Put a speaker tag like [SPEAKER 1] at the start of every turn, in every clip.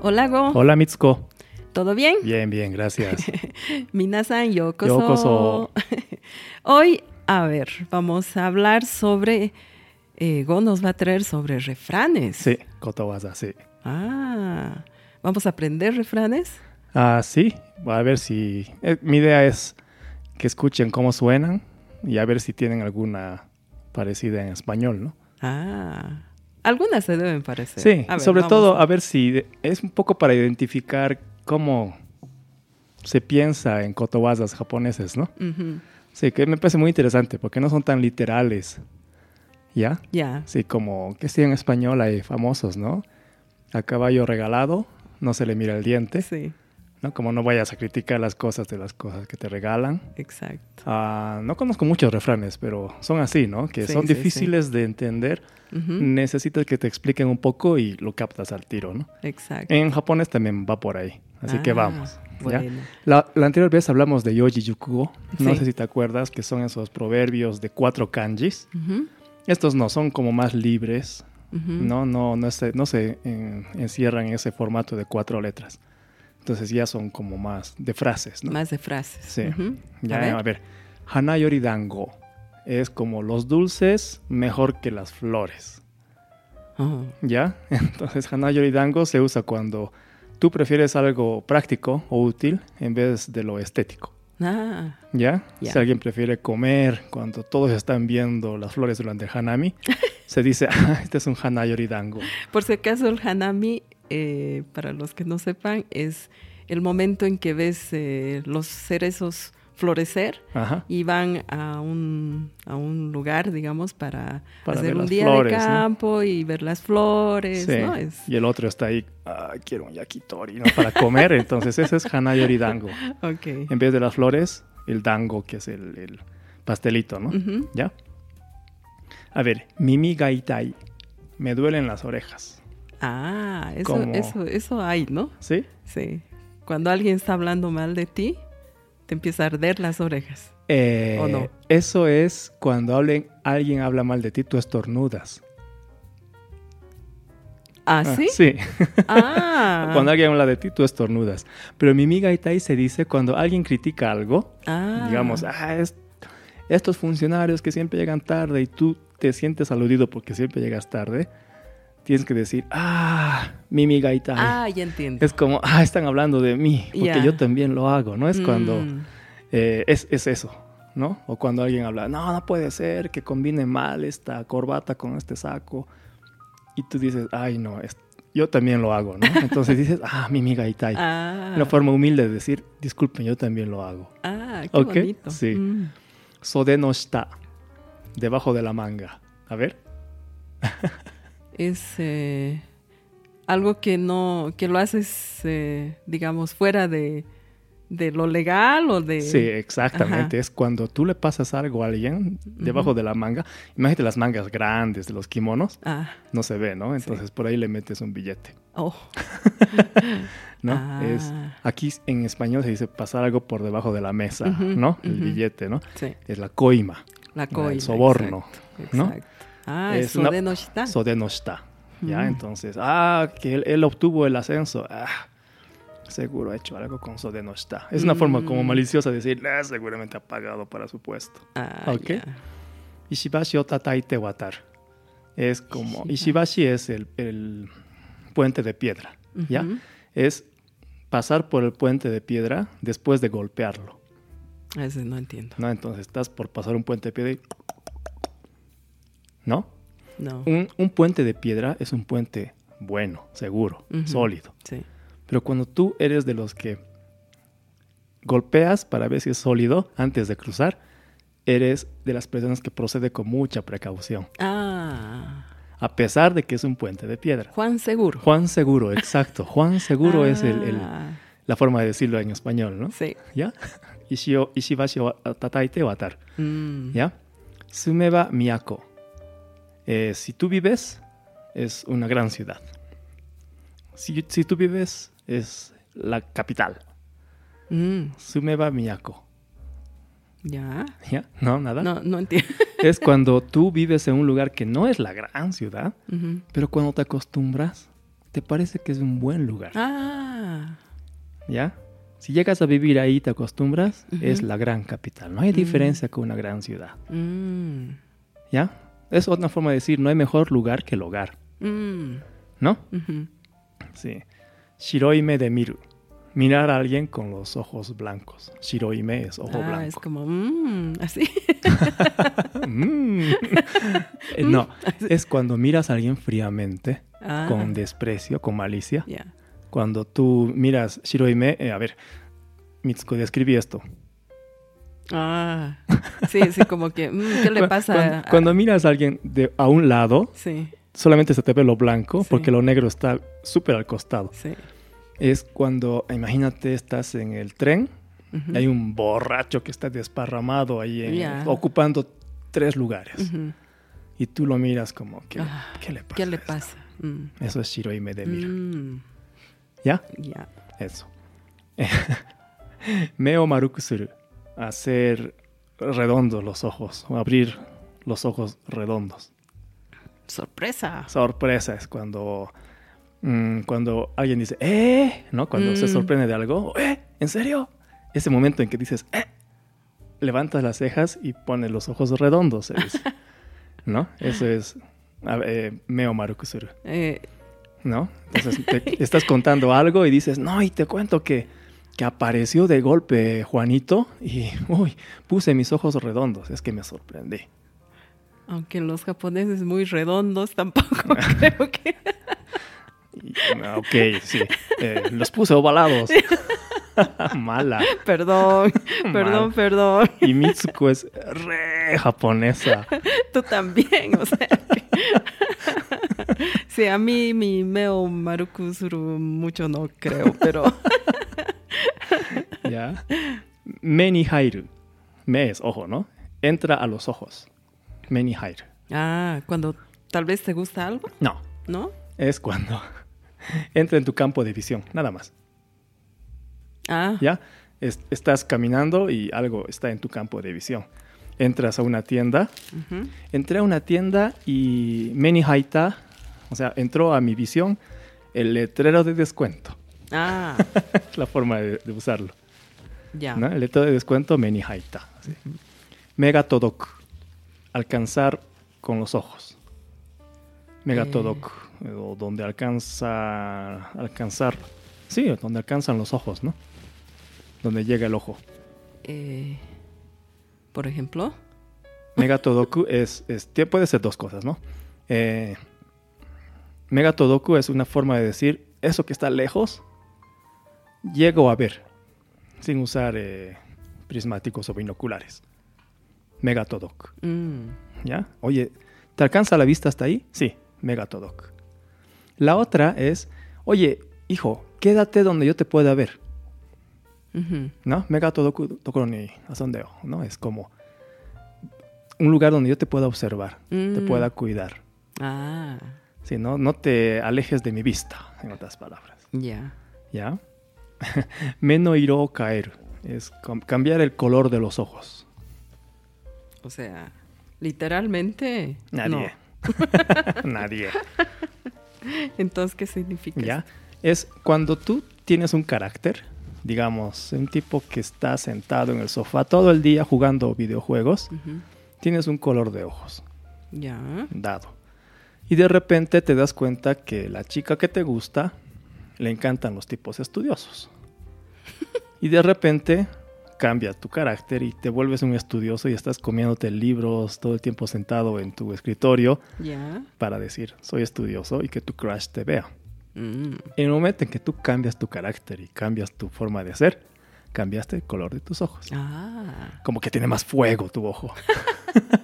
[SPEAKER 1] Hola, Go.
[SPEAKER 2] Hola Mitsuko.
[SPEAKER 1] ¿Todo bien?
[SPEAKER 2] Bien, bien, gracias.
[SPEAKER 1] Minasan, yokoso.
[SPEAKER 2] Yokoso.
[SPEAKER 1] Hoy, a ver, vamos a hablar sobre. eh, Go nos va a traer sobre refranes.
[SPEAKER 2] Sí, Kotowaza, sí.
[SPEAKER 1] Ah, ¿vamos a aprender refranes?
[SPEAKER 2] Ah, sí, a ver si... eh, mi idea es que escuchen cómo suenan y a ver si tienen alguna parecida en español, ¿no?
[SPEAKER 1] Ah, algunas se deben parecer.
[SPEAKER 2] Sí,
[SPEAKER 1] A ver,
[SPEAKER 2] sobre
[SPEAKER 1] vamos
[SPEAKER 2] todo
[SPEAKER 1] a-
[SPEAKER 2] a ver si... de- Es un poco para identificar cómo se piensa en Kotowazas japoneses, ¿no?
[SPEAKER 1] Ujú,
[SPEAKER 2] Sí, que me parece muy interesante porque no son tan literales, ¿ya?
[SPEAKER 1] Ya.
[SPEAKER 2] Sí, como que sí en español hay famosos, ¿no? A caballo regalado, no se le mira el diente.
[SPEAKER 1] Sí,
[SPEAKER 2] ¿no? Como no vayas a criticar las cosas de las cosas que te regalan.
[SPEAKER 1] exacto.
[SPEAKER 2] Ah, no conozco muchos refranes, pero son así, ¿no? Que
[SPEAKER 1] Sí,
[SPEAKER 2] son
[SPEAKER 1] sí,
[SPEAKER 2] difíciles de entender.
[SPEAKER 1] Ujú,
[SPEAKER 2] Mm. Necesitas que te expliquen un poco y lo captas al tiro, ¿no?
[SPEAKER 1] Exacto.
[SPEAKER 2] En japonés también va por ahí. Eh, Así que
[SPEAKER 1] Ah,
[SPEAKER 2] vamos. ¿ya?
[SPEAKER 1] bueno.
[SPEAKER 2] La, la anterior vez hablamos de yoji yukugo. No
[SPEAKER 1] Sí.
[SPEAKER 2] sé si te acuerdas que son esos proverbios de cuatro kanjis.
[SPEAKER 1] Ujú,
[SPEAKER 2] Estos no, son como más libres.
[SPEAKER 1] ujú,
[SPEAKER 2] No, no, no se, no se en- encierran en ese formato de cuatro letras. Entonces ya son como más de frases, ¿no?
[SPEAKER 1] Más de frases.
[SPEAKER 2] Sí.
[SPEAKER 1] Ujú,
[SPEAKER 2] Ya,
[SPEAKER 1] a
[SPEAKER 2] a
[SPEAKER 1] ver.
[SPEAKER 2] ver. Hanayori dango es como los dulces mejor que las flores.
[SPEAKER 1] Oh,
[SPEAKER 2] ¿Ya? Entonces, Hanayori dango se usa cuando tú prefieres algo práctico o útil en vez de lo estético.
[SPEAKER 1] ah,
[SPEAKER 2] ¿Ya?
[SPEAKER 1] Ya.
[SPEAKER 2] Si alguien prefiere comer cuando todos están viendo las flores durante el hanami, se dice, "Ah, este es un hanayori dango.
[SPEAKER 1] Por si acaso el hanami, eh, para los que no sepan, es el momento en que ves eh, los cerezos florecer
[SPEAKER 2] Ajá.
[SPEAKER 1] y van a un, a un lugar, digamos, para,
[SPEAKER 2] Para
[SPEAKER 1] hacer
[SPEAKER 2] ver
[SPEAKER 1] un
[SPEAKER 2] las
[SPEAKER 1] día
[SPEAKER 2] flores,
[SPEAKER 1] de
[SPEAKER 2] ¿no?
[SPEAKER 1] campo y ver las flores,
[SPEAKER 2] Sí.
[SPEAKER 1] ¿no? Es,
[SPEAKER 2] Y el otro está ahí, "Ah, quiero un yakitori ¿no? para comer. Entonces, ese es hanayori dango.
[SPEAKER 1] ok.
[SPEAKER 2] en vez de las flores, el dango, que es el, el pastelito, ¿no?
[SPEAKER 1] Ujú.
[SPEAKER 2] ¿Ya? A ver, mimi gaitai. Me duelen las orejas.
[SPEAKER 1] Ah, eso,
[SPEAKER 2] Como-
[SPEAKER 1] eso, eso hay, ¿no?
[SPEAKER 2] ¿Sí?
[SPEAKER 1] Sí. Cuando alguien está hablando mal de ti, te empieza a arder las orejas.
[SPEAKER 2] Eh,
[SPEAKER 1] ¿O no?
[SPEAKER 2] Eso es cuando hablen, alguien habla mal de ti, tú estornudas.
[SPEAKER 1] ¿Ah,
[SPEAKER 2] Ah,
[SPEAKER 1] sí?
[SPEAKER 2] Sí.
[SPEAKER 1] Ah,
[SPEAKER 2] Cuando alguien habla de ti, tú estornudas. Pero mimi gaitai se dice cuando alguien critica algo,
[SPEAKER 1] Ah.
[SPEAKER 2] digamos, "Ah, es- estos funcionarios que siempre llegan tarde y tú te sientes aludido porque siempre llegas tarde, tienes que decir, ah, mimi gaitai.
[SPEAKER 1] Ah, ya entiendo.
[SPEAKER 2] Es como, ah, están hablando de mí, porque
[SPEAKER 1] Ya.
[SPEAKER 2] yo también lo hago, ¿no? Es cuando,
[SPEAKER 1] Mm,
[SPEAKER 2] eh, es, es eso, ¿no? O cuando alguien habla, no, no puede ser que combine mal esta corbata con este saco. Y tú dices, ay, no, es- yo también lo hago, ¿no? Entonces dices, ah, mi amiga Itai.
[SPEAKER 1] Ah,
[SPEAKER 2] Una forma humilde de decir, disculpen, yo también lo hago.
[SPEAKER 1] ah, qué
[SPEAKER 2] Ok,
[SPEAKER 1] bonito.
[SPEAKER 2] sí.
[SPEAKER 1] Mm.
[SPEAKER 2] Sode no está, debajo de la manga. A ver,
[SPEAKER 1] Es eh, algo que no, que lo haces, eh, digamos, fuera de, de lo legal o de...
[SPEAKER 2] sí, exactamente. Es cuando tú le pasas algo a alguien debajo de la manga. Imagínate las mangas grandes de los kimonos.
[SPEAKER 1] Ah,
[SPEAKER 2] no se ve, ¿no? Entonces por ahí le metes un billete,
[SPEAKER 1] oh,
[SPEAKER 2] ¿no?
[SPEAKER 1] Ah.
[SPEAKER 2] Es, aquí en español se dice pasar algo por debajo de la mesa,
[SPEAKER 1] Ujú,
[SPEAKER 2] ¿no? El
[SPEAKER 1] ujú.
[SPEAKER 2] billete, ¿no?
[SPEAKER 1] sí,
[SPEAKER 2] Es la coima,
[SPEAKER 1] la
[SPEAKER 2] el
[SPEAKER 1] coima.
[SPEAKER 2] soborno,
[SPEAKER 1] exacto,
[SPEAKER 2] ¿no?
[SPEAKER 1] exacto. Ah,
[SPEAKER 2] Es
[SPEAKER 1] eso
[SPEAKER 2] una-
[SPEAKER 1] de nochita.
[SPEAKER 2] sodenoshita, ¿ya?
[SPEAKER 1] Mm.
[SPEAKER 2] Entonces, ah, que él, él obtuvo el ascenso, ah, seguro ha hecho algo con sodenoshita. Es una forma como
[SPEAKER 1] Mm.
[SPEAKER 2] maliciosa de decir, "Ah, seguramente ha pagado para su puesto.
[SPEAKER 1] Ah,
[SPEAKER 2] ok.
[SPEAKER 1] ya.
[SPEAKER 2] Ishibashi o tataite watar. Es como,
[SPEAKER 1] Ishibashi.
[SPEAKER 2] Ishibashi es el, el puente de piedra, ¿ya?
[SPEAKER 1] Ujú.
[SPEAKER 2] es pasar por el puente de piedra después de golpearlo,
[SPEAKER 1] Ese no entiendo.
[SPEAKER 2] ¿no? Entonces estás por pasar un puente de piedra y... ¿No?
[SPEAKER 1] No.
[SPEAKER 2] Un, un puente de piedra es un puente bueno, seguro,
[SPEAKER 1] Ujú.
[SPEAKER 2] sólido.
[SPEAKER 1] Sí.
[SPEAKER 2] Pero cuando tú eres de los que golpeas para ver si es sólido antes de cruzar, eres de las personas que procede con mucha precaución,
[SPEAKER 1] Ah,
[SPEAKER 2] a pesar de que es un puente de piedra.
[SPEAKER 1] Juan Seguro.
[SPEAKER 2] Juan Seguro, exacto. Juan Seguro es el- el-
[SPEAKER 1] Ah,
[SPEAKER 2] la forma de decirlo en español, ¿no?
[SPEAKER 1] Sí.
[SPEAKER 2] ¿ya? Ishio, ishibashi wa tataite watar,
[SPEAKER 1] Mm.
[SPEAKER 2] ¿ya? Sumeba miyako. Eh, si tú vives, es una gran ciudad. Si, si tú vives, es la capital.
[SPEAKER 1] Mm,
[SPEAKER 2] Sumeba miyako.
[SPEAKER 1] ya.
[SPEAKER 2] ¿Ya? No, nada.
[SPEAKER 1] No, no entiendo.
[SPEAKER 2] Es cuando tú vives en un lugar que no es la gran ciudad,
[SPEAKER 1] Ujú.
[SPEAKER 2] pero cuando te acostumbras, te parece que es un buen lugar.
[SPEAKER 1] Ah,
[SPEAKER 2] ¿Ya? Si llegas a vivir ahí y te acostumbras,
[SPEAKER 1] Ujú.
[SPEAKER 2] es la gran capital. No hay diferencia con una gran ciudad.
[SPEAKER 1] mm,
[SPEAKER 2] ¿Ya? Es otra forma de decir, no hay mejor lugar que el hogar,
[SPEAKER 1] mm,
[SPEAKER 2] ¿no?
[SPEAKER 1] ujú.
[SPEAKER 2] Sí. Shiroime de miru. Mirar a alguien con los ojos blancos. Shiroime es ojo
[SPEAKER 1] ah, es
[SPEAKER 2] blanco.
[SPEAKER 1] como, mm, así.
[SPEAKER 2] Mm. Eh, no, es cuando miras a alguien fríamente,
[SPEAKER 1] Ah,
[SPEAKER 2] con desprecio, con malicia.
[SPEAKER 1] ya.
[SPEAKER 2] Cuando tú miras Shiroime, eh, a ver, Mitsuko, describí esto.
[SPEAKER 1] Ah, sí, sí, como que, mm, ¿qué le
[SPEAKER 2] Cu-
[SPEAKER 1] pasa?
[SPEAKER 2] Cuando,
[SPEAKER 1] a-
[SPEAKER 2] cuando miras a alguien de, a un lado,
[SPEAKER 1] Sí,
[SPEAKER 2] solamente se te ve lo blanco
[SPEAKER 1] Sí.
[SPEAKER 2] porque lo negro está súper al costado.
[SPEAKER 1] sí.
[SPEAKER 2] Es cuando, imagínate, estás en el tren
[SPEAKER 1] ujú,
[SPEAKER 2] y hay un borracho que está desparramado ahí, en-
[SPEAKER 1] Ya.
[SPEAKER 2] ocupando tres lugares.
[SPEAKER 1] ujú.
[SPEAKER 2] Y tú lo miras como, ¿qué,
[SPEAKER 1] Ah,
[SPEAKER 2] ¿qué le pasa?
[SPEAKER 1] ¿Qué le
[SPEAKER 2] a esto?
[SPEAKER 1] pasa? Mm,
[SPEAKER 2] Eso es Shiroime de Miro.
[SPEAKER 1] mm,
[SPEAKER 2] ¿Ya?
[SPEAKER 1] ya.
[SPEAKER 2] Eso. Meo marukusuru. Hacer redondos los ojos. O abrir los ojos redondos.
[SPEAKER 1] Sorpresa.
[SPEAKER 2] Sorpresa es cuando. mm, cuando alguien dice, ¡eh! ¿No? Cuando se
[SPEAKER 1] Mm.
[SPEAKER 2] sorprende de algo, ¡eh! ¿En serio? Ese momento en que dices, ¡eh! Levantas las cejas y pones los ojos redondos, se dice. ¿No? Eso es a- eh, Meo marukusuru.
[SPEAKER 1] Eh,
[SPEAKER 2] ¿no? Entonces te estás contando algo y dices, no, y te cuento que, que apareció de golpe Juanito y, uy, puse mis ojos redondos, es que me sorprendí.
[SPEAKER 1] aunque los japoneses muy redondos tampoco creo que...
[SPEAKER 2] Y, Ah, ok, sí, eh, los puse ovalados. Mala.
[SPEAKER 1] Perdón, perdón,
[SPEAKER 2] Mal.
[SPEAKER 1] perdón.
[SPEAKER 2] Y Mitsuko es re japonesa.
[SPEAKER 1] Tú también, o sea. que- sí, a mí mi meo marukusuru mucho no creo, pero...
[SPEAKER 2] ¿Ya? Me ni hairu. Me es ojo, ¿no? Entra a los ojos. Me ni hairu.
[SPEAKER 1] Ah, cuando tal vez te gusta algo,
[SPEAKER 2] No,
[SPEAKER 1] ¿no?
[SPEAKER 2] es cuando entra en tu campo de visión, nada más.
[SPEAKER 1] Ah,
[SPEAKER 2] ¿ya? Es- estás caminando y algo está en tu campo de visión. Entras a una tienda.
[SPEAKER 1] ujú.
[SPEAKER 2] Entré a una tienda y Meni Haita, o sea, entró a mi visión el letrero de descuento.
[SPEAKER 1] ah
[SPEAKER 2] Es la forma de, de usarlo.
[SPEAKER 1] ya.
[SPEAKER 2] ¿no? El letrero de descuento Meni Haita. así. Mega Todoku. Alcanzar con los ojos. Mega
[SPEAKER 1] Eh.
[SPEAKER 2] Todoku. O donde alcanza. Alcanzar. Sí, donde alcanzan los ojos, ¿no? Donde llega el ojo.
[SPEAKER 1] Eh, por ejemplo,
[SPEAKER 2] Megatodoku es, es- tie- puede ser dos cosas, ¿no? Eh, Megatodoku es una forma de decir eso que está lejos, llego a ver, sin usar eh, prismáticos o binoculares. Megatodoku,
[SPEAKER 1] mm,
[SPEAKER 2] ¿ya? Oye, ¿te alcanza la vista hasta ahí? Sí, Megatodoku. La otra es, oye, hijo, quédate donde yo te pueda ver.
[SPEAKER 1] ujú,
[SPEAKER 2] ¿no? Mega Todoku Tokoro ni Asondeo, ¿no? Es como un lugar donde yo te pueda observar, te
[SPEAKER 1] Mm.
[SPEAKER 2] pueda cuidar.
[SPEAKER 1] ah,
[SPEAKER 2] Si no, no te alejes de mi vista, en otras palabras,
[SPEAKER 1] ya.
[SPEAKER 2] ¿ya? Meno iro caer es cam- cambiar el color de los ojos.
[SPEAKER 1] O sea, literalmente.
[SPEAKER 2] Nadie. Nadie.
[SPEAKER 1] no. Entonces, ¿qué significa?
[SPEAKER 2] ¿Ya? Es cuando tú tienes un carácter, digamos, un tipo que está sentado en el sofá todo el día jugando videojuegos,
[SPEAKER 1] esto? Ujú,
[SPEAKER 2] tienes un color de ojos.
[SPEAKER 1] Ya.
[SPEAKER 2] dado. Y de repente te das cuenta que la chica que te gusta le encantan los tipos estudiosos. Y de repente cambia tu carácter y te vuelves un estudioso y estás comiéndote libros todo el tiempo sentado en tu escritorio
[SPEAKER 1] Ya.
[SPEAKER 2] para decir soy estudioso y que tu crush te vea.
[SPEAKER 1] mm,
[SPEAKER 2] En el momento en que tú cambias tu carácter y cambias tu forma de ser, cambiaste el color de tus ojos.
[SPEAKER 1] Ah.
[SPEAKER 2] Como que tiene más fuego tu ojo.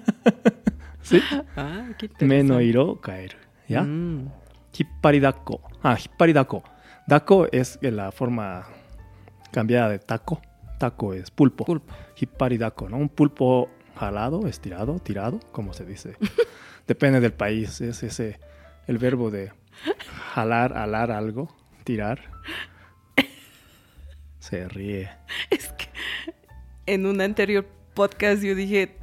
[SPEAKER 2] ¿Sí?
[SPEAKER 1] Ah, qué interesante.
[SPEAKER 2] Menos hiro caer. ¿Ya?
[SPEAKER 1] Mm,
[SPEAKER 2] Hipparidako. Ah, hipparidako. Dako es eh, la forma cambiada de taco. Taco es pulpo.
[SPEAKER 1] pulpo.
[SPEAKER 2] Hipparidako, ¿no? Un pulpo jalado, estirado, tirado, como se dice. Depende del país. Es ese el verbo de jalar, alar algo, tirar. Se ríe.
[SPEAKER 1] Es que en un anterior podcast yo dije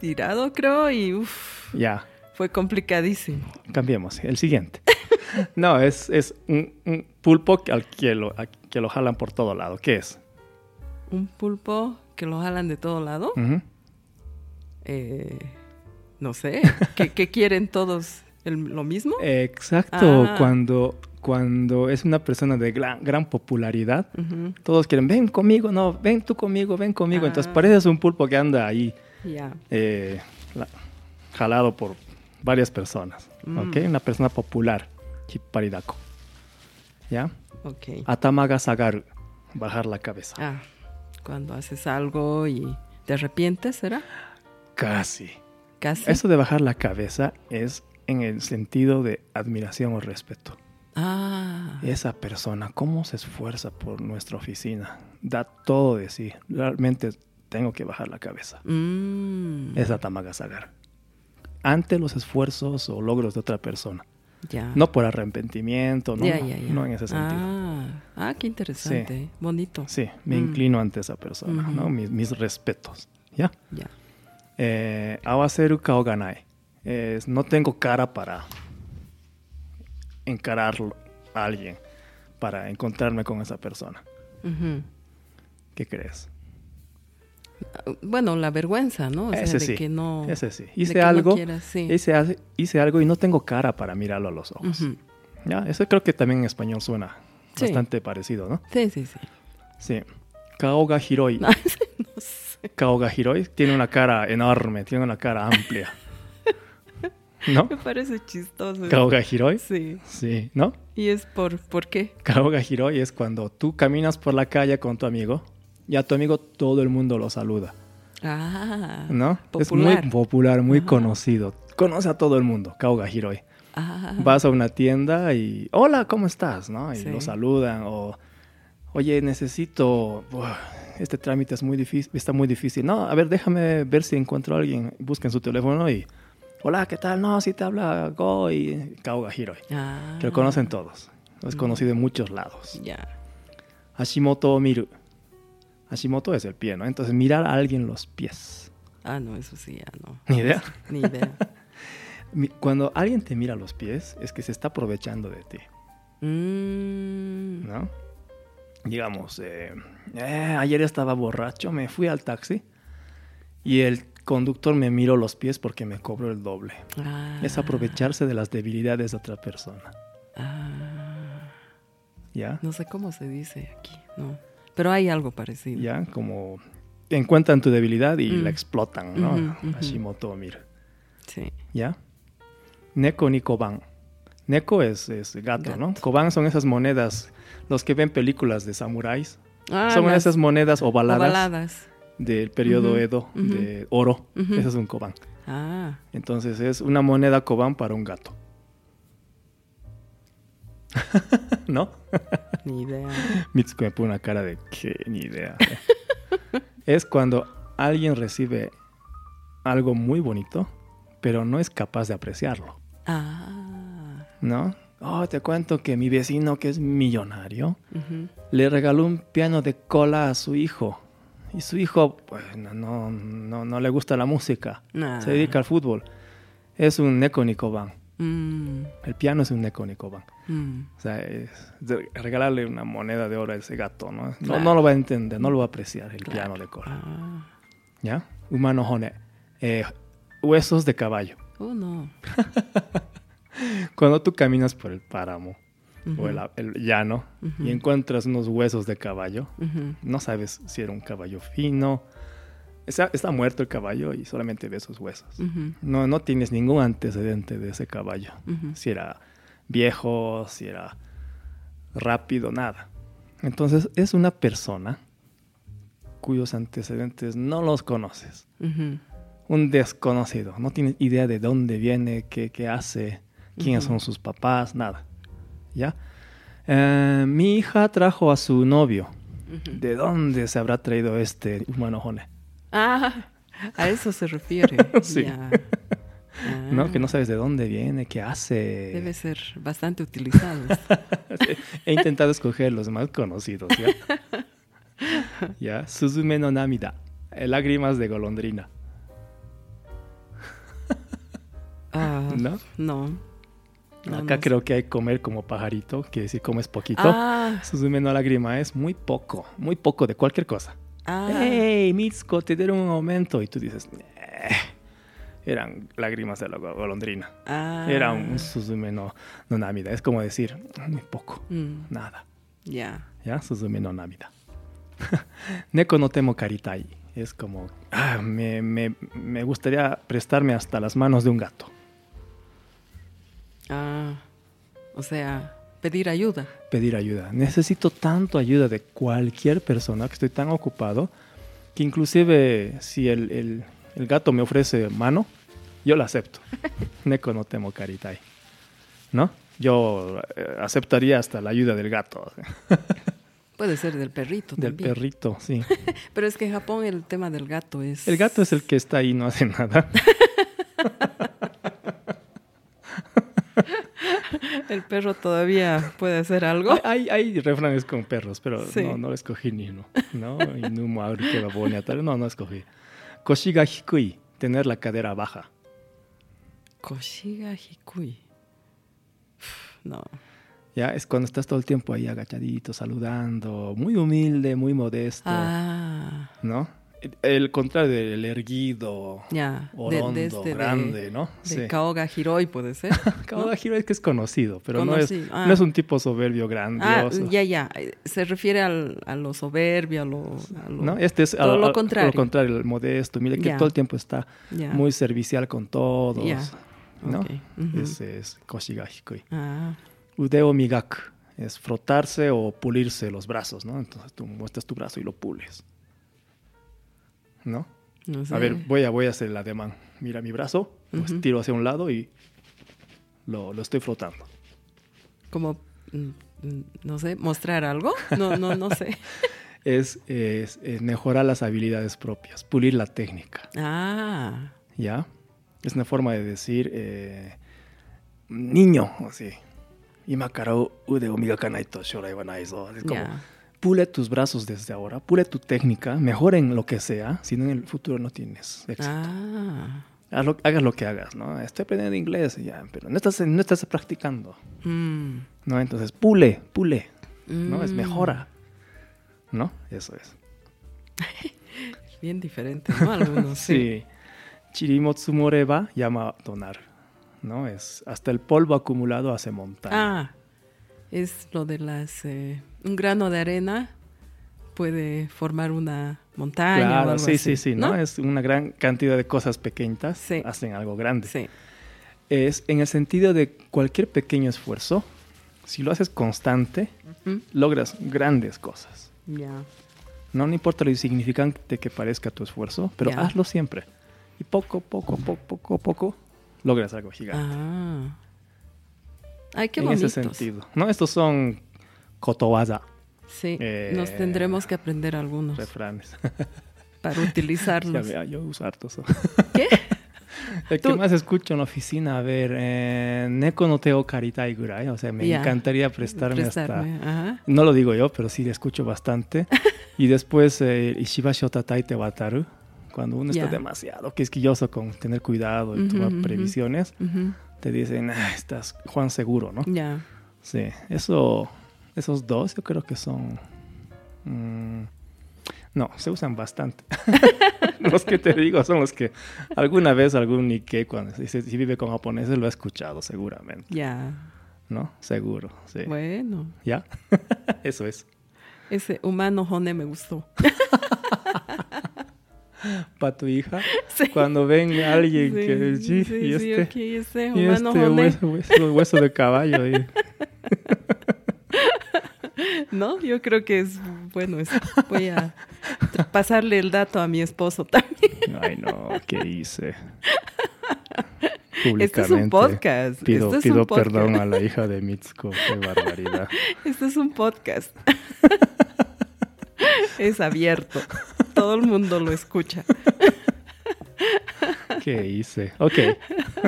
[SPEAKER 1] tirado, creo, y uff,
[SPEAKER 2] Ya,
[SPEAKER 1] fue complicadísimo.
[SPEAKER 2] cambiemos. El siguiente. No, es, es un, un pulpo al que, lo, a- que lo jalan por todo lado. ¿Qué es?
[SPEAKER 1] Un pulpo que lo jalan de todo lado.
[SPEAKER 2] Ujú.
[SPEAKER 1] Eh, no sé. ¿Qué, qué quieren todos? ¿El- ¿Lo mismo?
[SPEAKER 2] Eh. Exacto.
[SPEAKER 1] Ah.
[SPEAKER 2] Cuando, cuando es una persona de gran, gran popularidad,
[SPEAKER 1] Ujú,
[SPEAKER 2] todos quieren, ven conmigo, no, ven tú conmigo, ven conmigo. Entonces
[SPEAKER 1] Ah.
[SPEAKER 2] pareces un pulpo que anda ahí
[SPEAKER 1] Ya.
[SPEAKER 2] eh, la- jalado por varias personas.
[SPEAKER 1] Mm.
[SPEAKER 2] ¿Ok? Una persona popular, chiparidaco. ¿Ya?
[SPEAKER 1] Ok.
[SPEAKER 2] Ah. Atamaga sagaru, bajar la cabeza.
[SPEAKER 1] Ah, cuando haces algo y te arrepientes, ¿será?
[SPEAKER 2] Casi.
[SPEAKER 1] Casi.
[SPEAKER 2] Eso de bajar la cabeza es en el sentido de admiración o respeto.
[SPEAKER 1] Ah,
[SPEAKER 2] Esa persona, cómo se esfuerza por nuestra oficina, da todo de sí. Realmente tengo que bajar la cabeza.
[SPEAKER 1] mm,
[SPEAKER 2] Es Atamaga Sagar. Ante los esfuerzos o logros de otra persona.
[SPEAKER 1] ya.
[SPEAKER 2] No por arrepentimiento, no,
[SPEAKER 1] Ya,
[SPEAKER 2] no,
[SPEAKER 1] ya, ya.
[SPEAKER 2] no en ese sentido.
[SPEAKER 1] Ah, ah, qué interesante. Bonito.
[SPEAKER 2] Sí, me
[SPEAKER 1] Mm.
[SPEAKER 2] inclino ante esa persona,
[SPEAKER 1] Ujú.
[SPEAKER 2] ¿no? Mis, mis respetos, ¿ya?
[SPEAKER 1] Ya.
[SPEAKER 2] Eh, awaseru kao ga nai. Es, no tengo cara para encarar a alguien, para encontrarme con esa persona.
[SPEAKER 1] Ujú.
[SPEAKER 2] ¿Qué crees?
[SPEAKER 1] Ah, Bueno, la vergüenza, ¿no? O sea,
[SPEAKER 2] ese
[SPEAKER 1] de
[SPEAKER 2] sí,
[SPEAKER 1] que no.
[SPEAKER 2] ese sí.
[SPEAKER 1] de
[SPEAKER 2] Hice
[SPEAKER 1] que no
[SPEAKER 2] algo,
[SPEAKER 1] quieras, sí.
[SPEAKER 2] hice, hace- hice algo y no tengo cara para mirarlo a los ojos.
[SPEAKER 1] Ujú.
[SPEAKER 2] ¿Ya? Eso creo que también en español suena
[SPEAKER 1] Sí.
[SPEAKER 2] bastante parecido, ¿no?
[SPEAKER 1] Sí, sí, sí.
[SPEAKER 2] Sí. Kao ga hiroi.
[SPEAKER 1] No, ese no sé.
[SPEAKER 2] Kao ga hiroi tiene una cara enorme, tiene una cara amplia. ¿No?
[SPEAKER 1] Me parece chistoso.
[SPEAKER 2] Kao ga hiroi.
[SPEAKER 1] Sí.
[SPEAKER 2] Sí, ¿no?
[SPEAKER 1] Y es por, ¿por qué?
[SPEAKER 2] Kaoga Hiroi es cuando tú caminas por la calle con tu amigo y a tu amigo todo el mundo lo saluda,
[SPEAKER 1] Ah.
[SPEAKER 2] ¿no?
[SPEAKER 1] Popular.
[SPEAKER 2] Es muy popular, muy conocido. Conoce a todo el mundo, Kaoga Hiroi.
[SPEAKER 1] Ah.
[SPEAKER 2] Vas a una tienda y, hola, ¿cómo estás? ¿no? Y
[SPEAKER 1] Sí.
[SPEAKER 2] lo saludan o, oye, necesito, buah, este trámite es muy difícil, está muy difícil. No, a ver, déjame ver si encuentro a alguien. Busquen su teléfono y, hola, ¿qué tal? No, si te habla Go y Kaoga Hiroi.
[SPEAKER 1] Ah.
[SPEAKER 2] Que lo conocen todos. Es conocido en muchos lados.
[SPEAKER 1] Ya.
[SPEAKER 2] Hashimoto o miru. Hashimoto es el pie, ¿no? Entonces mirar a alguien los pies.
[SPEAKER 1] Ah, no, eso sí, ya no.
[SPEAKER 2] Ni idea.
[SPEAKER 1] Ni idea.
[SPEAKER 2] Mi- Cuando alguien te mira los pies es que se está aprovechando de ti,
[SPEAKER 1] Mm,
[SPEAKER 2] ¿no? Digamos, eh, "Eh, ayer estaba borracho, me fui al taxi y el conductor me miró los pies porque me cobró el doble.
[SPEAKER 1] ah,
[SPEAKER 2] Es aprovecharse de las debilidades de otra persona,
[SPEAKER 1] ah.
[SPEAKER 2] ¿ya?
[SPEAKER 1] no sé cómo se dice aquí, no. Pero hay algo parecido.
[SPEAKER 2] Ya, como encuentran tu debilidad y
[SPEAKER 1] Mm.
[SPEAKER 2] la explotan, ¿no?
[SPEAKER 1] Ujú, ujú.
[SPEAKER 2] Hashimoto o miru.
[SPEAKER 1] Sí.
[SPEAKER 2] ¿Ya? Neko ni koban. Neko es, es gato, ¿no?
[SPEAKER 1] Gato.
[SPEAKER 2] Koban son esas monedas, los que ven películas de samuráis.
[SPEAKER 1] Ah,
[SPEAKER 2] son
[SPEAKER 1] las
[SPEAKER 2] esas monedas ovaladas,
[SPEAKER 1] ovaladas.
[SPEAKER 2] del periodo
[SPEAKER 1] Ujú,
[SPEAKER 2] Edo
[SPEAKER 1] ujú.
[SPEAKER 2] de oro.
[SPEAKER 1] Ujú.
[SPEAKER 2] Ese es un koban.
[SPEAKER 1] Ah,
[SPEAKER 2] Entonces es una moneda koban para un gato. ¿No?
[SPEAKER 1] ni idea.
[SPEAKER 2] Mitsuko me pone una cara de que ni idea. eh". es cuando alguien recibe algo muy bonito, pero no es capaz de apreciarlo.
[SPEAKER 1] Ah.
[SPEAKER 2] ¿no? Oh, te cuento que mi vecino, que es millonario,
[SPEAKER 1] ujú.
[SPEAKER 2] le regaló un piano de cola a su hijo. Y su hijo, pues, no, no, no, no le gusta la música.
[SPEAKER 1] Ah,
[SPEAKER 2] Se dedica al fútbol. Es un Neko Nicoban.
[SPEAKER 1] mm,
[SPEAKER 2] El piano es un Neko Nicoban.
[SPEAKER 1] mm,
[SPEAKER 2] O sea, es de- regalarle una moneda de oro a ese gato, ¿no? No-
[SPEAKER 1] Claro.
[SPEAKER 2] No, lo va a entender, no lo va a apreciar el
[SPEAKER 1] Claro.
[SPEAKER 2] piano de cola.
[SPEAKER 1] ah.
[SPEAKER 2] ¿Ya? Humano Hone. Eh, huesos de caballo.
[SPEAKER 1] Oh, no.
[SPEAKER 2] Cuando tú caminas por el páramo o
[SPEAKER 1] Ujú,
[SPEAKER 2] el, el llano
[SPEAKER 1] Ujú.
[SPEAKER 2] y encuentras unos huesos de caballo,
[SPEAKER 1] ujú.
[SPEAKER 2] no sabes si era un caballo fino. Está, está muerto el caballo y solamente ves sus huesos.
[SPEAKER 1] Ujú,
[SPEAKER 2] No, no tienes ningún antecedente de ese caballo.
[SPEAKER 1] ujú.
[SPEAKER 2] Si era viejo, si era rápido, nada. Entonces es una persona cuyos antecedentes no los conoces.
[SPEAKER 1] Ujú.
[SPEAKER 2] Un desconocido. No tienes idea de dónde viene, qué, qué hace, quiénes
[SPEAKER 1] Ujú.
[SPEAKER 2] son sus papás, nada. ¿Ya? Eh, mi hija trajo a su novio.
[SPEAKER 1] Ujú.
[SPEAKER 2] ¿De dónde se habrá traído este humano Jone?
[SPEAKER 1] Ah, a eso se refiere.
[SPEAKER 2] Sí.
[SPEAKER 1] ya.
[SPEAKER 2] ¿No? Que
[SPEAKER 1] Ah,
[SPEAKER 2] no sabes de dónde viene, qué hace.
[SPEAKER 1] Debe ser bastante utilizado.
[SPEAKER 2] He intentado escoger los más conocidos, ¿ya? ¿Ya? Suzume no Namida. eh, Lágrimas de golondrina.
[SPEAKER 1] Ah,
[SPEAKER 2] ¿No?
[SPEAKER 1] no. Ah, No,
[SPEAKER 2] Acá
[SPEAKER 1] no
[SPEAKER 2] creo que hay comer como pajarito, que decir comes poquito.
[SPEAKER 1] Ah,
[SPEAKER 2] Susume no lágrima es muy poco, muy poco de cualquier cosa.
[SPEAKER 1] ah,
[SPEAKER 2] ¡Hey, Mitsuko, te dieron un aumento! Y tú dices, "Eh". eran lágrimas de la go- golondrina.
[SPEAKER 1] ah.
[SPEAKER 2] Era un Suzume no, no Namida. Es como decir, muy poco,
[SPEAKER 1] Mm,
[SPEAKER 2] nada.
[SPEAKER 1] ya.
[SPEAKER 2] ¿Ya? Suzume no Namida. Neko no temo karitai. Es como, "Ah, me, me- me gustaría prestarme hasta las manos de un gato.
[SPEAKER 1] Ah, o sea, pedir ayuda.
[SPEAKER 2] Pedir ayuda. Necesito tanto ayuda de cualquier persona que estoy tan ocupado que inclusive si el, el- el gato me ofrece mano, yo la acepto. Neko no temo karitai. ¿No? Yo eh, aceptaría hasta la ayuda del gato,
[SPEAKER 1] Puede ser del perrito
[SPEAKER 2] del
[SPEAKER 1] también.
[SPEAKER 2] perrito, sí.
[SPEAKER 1] Pero es que en Japón el tema del gato es.
[SPEAKER 2] El gato es el que está ahí, no hace nada.
[SPEAKER 1] El perro todavía puede hacer algo.
[SPEAKER 2] Hay, hay refranes con perros, pero
[SPEAKER 1] Sí.
[SPEAKER 2] no, no escogí ni uno. No, Inumo, Aurikeba, Bone, Ataru, no, no escogí. Koshi ga hikui, tener la cadera baja.
[SPEAKER 1] Koshiga Hikui. Uf, No.
[SPEAKER 2] Ya es cuando estás todo el tiempo ahí agachadito, saludando, muy humilde, muy modesto,
[SPEAKER 1] Ah,
[SPEAKER 2] ¿no? El, el contrario del erguido,
[SPEAKER 1] ya. De-
[SPEAKER 2] orondo,
[SPEAKER 1] de este de-
[SPEAKER 2] grande, ¿no?
[SPEAKER 1] De Kaoga Hiroi puede ser.
[SPEAKER 2] Cada giro es que es conocido, pero no es,
[SPEAKER 1] Conocí- ah.
[SPEAKER 2] no es un tipo soberbio,
[SPEAKER 1] Ah,
[SPEAKER 2] grandioso.
[SPEAKER 1] ya, ya. Eh, Se refiere al, a lo soberbio, a lo. a lo-
[SPEAKER 2] ¿no? Este es
[SPEAKER 1] todo
[SPEAKER 2] al-
[SPEAKER 1] lo
[SPEAKER 2] al-
[SPEAKER 1] contrario.
[SPEAKER 2] el modesto, mire que
[SPEAKER 1] Ya.
[SPEAKER 2] todo el tiempo está
[SPEAKER 1] ya.
[SPEAKER 2] muy servicial con todos.
[SPEAKER 1] Ya.
[SPEAKER 2] ¿no?
[SPEAKER 1] Ok, ujú.
[SPEAKER 2] Ese es eh, koshigahikui.
[SPEAKER 1] Ah,
[SPEAKER 2] Udeo migaku es frotarse o pulirse los brazos, ¿no? Entonces tú muestras tu brazo y lo pules. ¿No?
[SPEAKER 1] no sé.
[SPEAKER 2] A ver, voy a, voy a hacer el ademán. Mira mi brazo, lo
[SPEAKER 1] Ujú.
[SPEAKER 2] estiro hacia un lado y lo, lo estoy frotando.
[SPEAKER 1] Como. mm, mm, No sé, mostrar algo. No, no, no sé.
[SPEAKER 2] Es, es- es mejorar las habilidades propias, pulir la técnica,
[SPEAKER 1] Ah,
[SPEAKER 2] ¿ya? Es una forma de decir, eh, niño, así. Imakara udeo migaka naito shorai wa nai zo. Es como,
[SPEAKER 1] ya.
[SPEAKER 2] Pule tus brazos desde ahora, pule tu técnica, mejora en lo que sea, si no en el futuro no tienes éxito.
[SPEAKER 1] Ah.
[SPEAKER 2] Haz lo- hagas lo que hagas, ¿no? Estoy aprendiendo inglés, ya, pero no estás, no estás practicando,
[SPEAKER 1] Mm.
[SPEAKER 2] ¿no? Entonces, pule, pule, ¿no? Es
[SPEAKER 1] Mm.
[SPEAKER 2] mejora, ¿no? Eso es.
[SPEAKER 1] Bien diferente, ¿no? Algunos, sí.
[SPEAKER 2] Sí. Chirimotsumoreba llama a donar, ¿no? Es hasta el polvo acumulado hace montaña.
[SPEAKER 1] Ah, es lo de las... eh, un grano de arena puede formar una montaña o
[SPEAKER 2] claro,
[SPEAKER 1] algo
[SPEAKER 2] sí,
[SPEAKER 1] así,
[SPEAKER 2] sí, sí, ¿no? Es una gran cantidad de cosas pequeñas,
[SPEAKER 1] Sí.
[SPEAKER 2] hacen algo grande.
[SPEAKER 1] Sí.
[SPEAKER 2] es en el sentido de cualquier pequeño esfuerzo, si lo haces constante,
[SPEAKER 1] Ujú.
[SPEAKER 2] logras grandes cosas.
[SPEAKER 1] Ya.
[SPEAKER 2] No, no importa lo insignificante que parezca tu esfuerzo, pero
[SPEAKER 1] Ya.
[SPEAKER 2] hazlo siempre. Y poco, poco, poco, poco, poco, logras algo gigante.
[SPEAKER 1] Ah. Ay, qué
[SPEAKER 2] en
[SPEAKER 1] bonitos.
[SPEAKER 2] ese sentido. No, estos son kotobaza,
[SPEAKER 1] Sí,
[SPEAKER 2] Eh,
[SPEAKER 1] nos tendremos que aprender algunos
[SPEAKER 2] refranes.
[SPEAKER 1] para
[SPEAKER 2] Ya
[SPEAKER 1] utilizarlos.
[SPEAKER 2] vea, yo uso harto eso.
[SPEAKER 1] ¿Qué?
[SPEAKER 2] El que
[SPEAKER 1] Tú-
[SPEAKER 2] más escucho en la oficina, a ver, eh, neko no teo karitai gurai, o sea, me
[SPEAKER 1] Ya.
[SPEAKER 2] encantaría prestarme, hasta...
[SPEAKER 1] Prestarme, ajá.
[SPEAKER 2] No lo digo yo, pero sí le escucho bastante. y después, eh, Ishibashi Otatai te wataru. Cuando uno
[SPEAKER 1] Ya.
[SPEAKER 2] está demasiado quisquilloso con tener cuidado y
[SPEAKER 1] Ujú,
[SPEAKER 2] tomar
[SPEAKER 1] ujú.
[SPEAKER 2] previsiones,
[SPEAKER 1] Ujú.
[SPEAKER 2] te dicen, "Ah, estás Juan seguro, ¿no?
[SPEAKER 1] Ya.
[SPEAKER 2] Sí, eso, esos dos yo creo que son... mm, no, se usan bastante. los que te digo son los que alguna vez algún Nikkei, cuando si, si vive con japoneses, lo ha escuchado seguramente,
[SPEAKER 1] Ya.
[SPEAKER 2] ¿no? Seguro, sí.
[SPEAKER 1] Bueno.
[SPEAKER 2] ¿Ya? eso es.
[SPEAKER 1] Ese humano Hone me gustó.
[SPEAKER 2] para tu hija
[SPEAKER 1] Sí.
[SPEAKER 2] cuando ven a alguien
[SPEAKER 1] Sí,
[SPEAKER 2] que sí,
[SPEAKER 1] sí,
[SPEAKER 2] y
[SPEAKER 1] sí,
[SPEAKER 2] este,
[SPEAKER 1] ok, este
[SPEAKER 2] y
[SPEAKER 1] humano
[SPEAKER 2] este
[SPEAKER 1] Hone,
[SPEAKER 2] hueso, hueso- hueso de caballo y-
[SPEAKER 1] ¿no? Yo creo que es bueno. es- voy a tr- pasarle el dato a mi esposo también.
[SPEAKER 2] ay no qué hice
[SPEAKER 1] Este es un
[SPEAKER 2] Públicamente
[SPEAKER 1] podcast.
[SPEAKER 2] pido,
[SPEAKER 1] este es
[SPEAKER 2] pido
[SPEAKER 1] un podcast.
[SPEAKER 2] perdón a la hija de Mitsuko qué barbaridad
[SPEAKER 1] Este es un podcast. es abierto. Todo el mundo lo escucha.
[SPEAKER 2] qué hice ok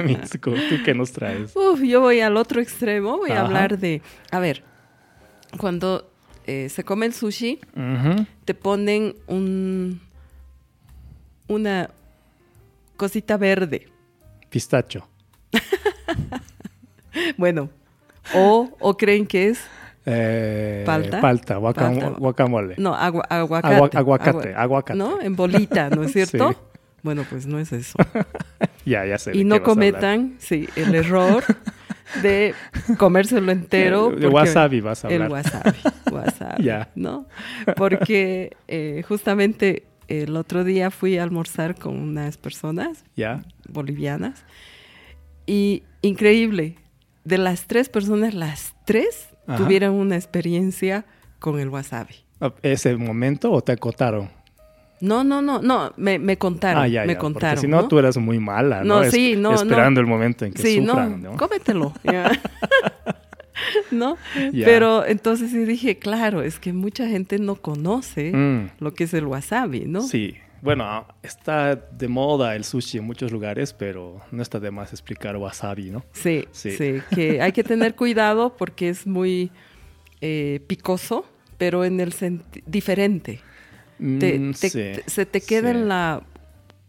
[SPEAKER 2] Mitsuko tú qué nos traes
[SPEAKER 1] Uf, yo voy al otro extremo. Voy a
[SPEAKER 2] Ajá.
[SPEAKER 1] hablar de. A ver, cuando eh, se come el sushi,
[SPEAKER 2] Ujú.
[SPEAKER 1] te ponen un. Una cosita verde.
[SPEAKER 2] pistacho
[SPEAKER 1] Bueno, o, o creen que es
[SPEAKER 2] Eh,
[SPEAKER 1] Palta.
[SPEAKER 2] Palta, guacam-
[SPEAKER 1] Palta.
[SPEAKER 2] guacamole.
[SPEAKER 1] No, agua- aguacate.
[SPEAKER 2] Agua- aguacate,
[SPEAKER 1] Agua-
[SPEAKER 2] aguacate.
[SPEAKER 1] ¿No? En bolita, ¿no es cierto?
[SPEAKER 2] Sí.
[SPEAKER 1] Bueno, pues no es eso.
[SPEAKER 2] Ya, ya sé. de
[SPEAKER 1] Y
[SPEAKER 2] qué
[SPEAKER 1] no
[SPEAKER 2] vas a hablar.
[SPEAKER 1] cometan, sí, el error de comérselo entero.
[SPEAKER 2] De- de
[SPEAKER 1] porque-
[SPEAKER 2] Eh, wasabi vas a hablar.
[SPEAKER 1] El wasabi, wasabi,
[SPEAKER 2] Ya.
[SPEAKER 1] ¿no? Porque eh, justamente el otro día fui a almorzar con unas personas
[SPEAKER 2] Ya.
[SPEAKER 1] bolivianas y increíble, de las tres personas, las tres
[SPEAKER 2] Ajá.
[SPEAKER 1] tuvieron una experiencia con el wasabi.
[SPEAKER 2] Ah, ¿Ese momento o te acotaron?
[SPEAKER 1] No, no, no, no, me, me contaron,
[SPEAKER 2] ah, ya,
[SPEAKER 1] me
[SPEAKER 2] ya,
[SPEAKER 1] contaron.
[SPEAKER 2] Porque si no,
[SPEAKER 1] ¿no?
[SPEAKER 2] tú eras muy mala, ¿no?
[SPEAKER 1] No,
[SPEAKER 2] Es-
[SPEAKER 1] sí, no, no.
[SPEAKER 2] Esperando el momento en que
[SPEAKER 1] sí,
[SPEAKER 2] sufran,
[SPEAKER 1] no,
[SPEAKER 2] ¿no?
[SPEAKER 1] cómetelo. ya. ¿No?
[SPEAKER 2] Ya.
[SPEAKER 1] Pero entonces sí dije, claro, es que mucha gente no conoce
[SPEAKER 2] Mm.
[SPEAKER 1] lo que es el wasabi, ¿no?
[SPEAKER 2] Sí. Bueno, está de moda el sushi en muchos lugares, pero no está de más explicar wasabi, ¿no?
[SPEAKER 1] Sí,
[SPEAKER 2] Sí.
[SPEAKER 1] sí, que hay que tener cuidado porque es muy eh, picoso, pero en el sentido diferente. Te-
[SPEAKER 2] Mm,
[SPEAKER 1] te-
[SPEAKER 2] sí,
[SPEAKER 1] te- se te queda
[SPEAKER 2] sí.
[SPEAKER 1] en la,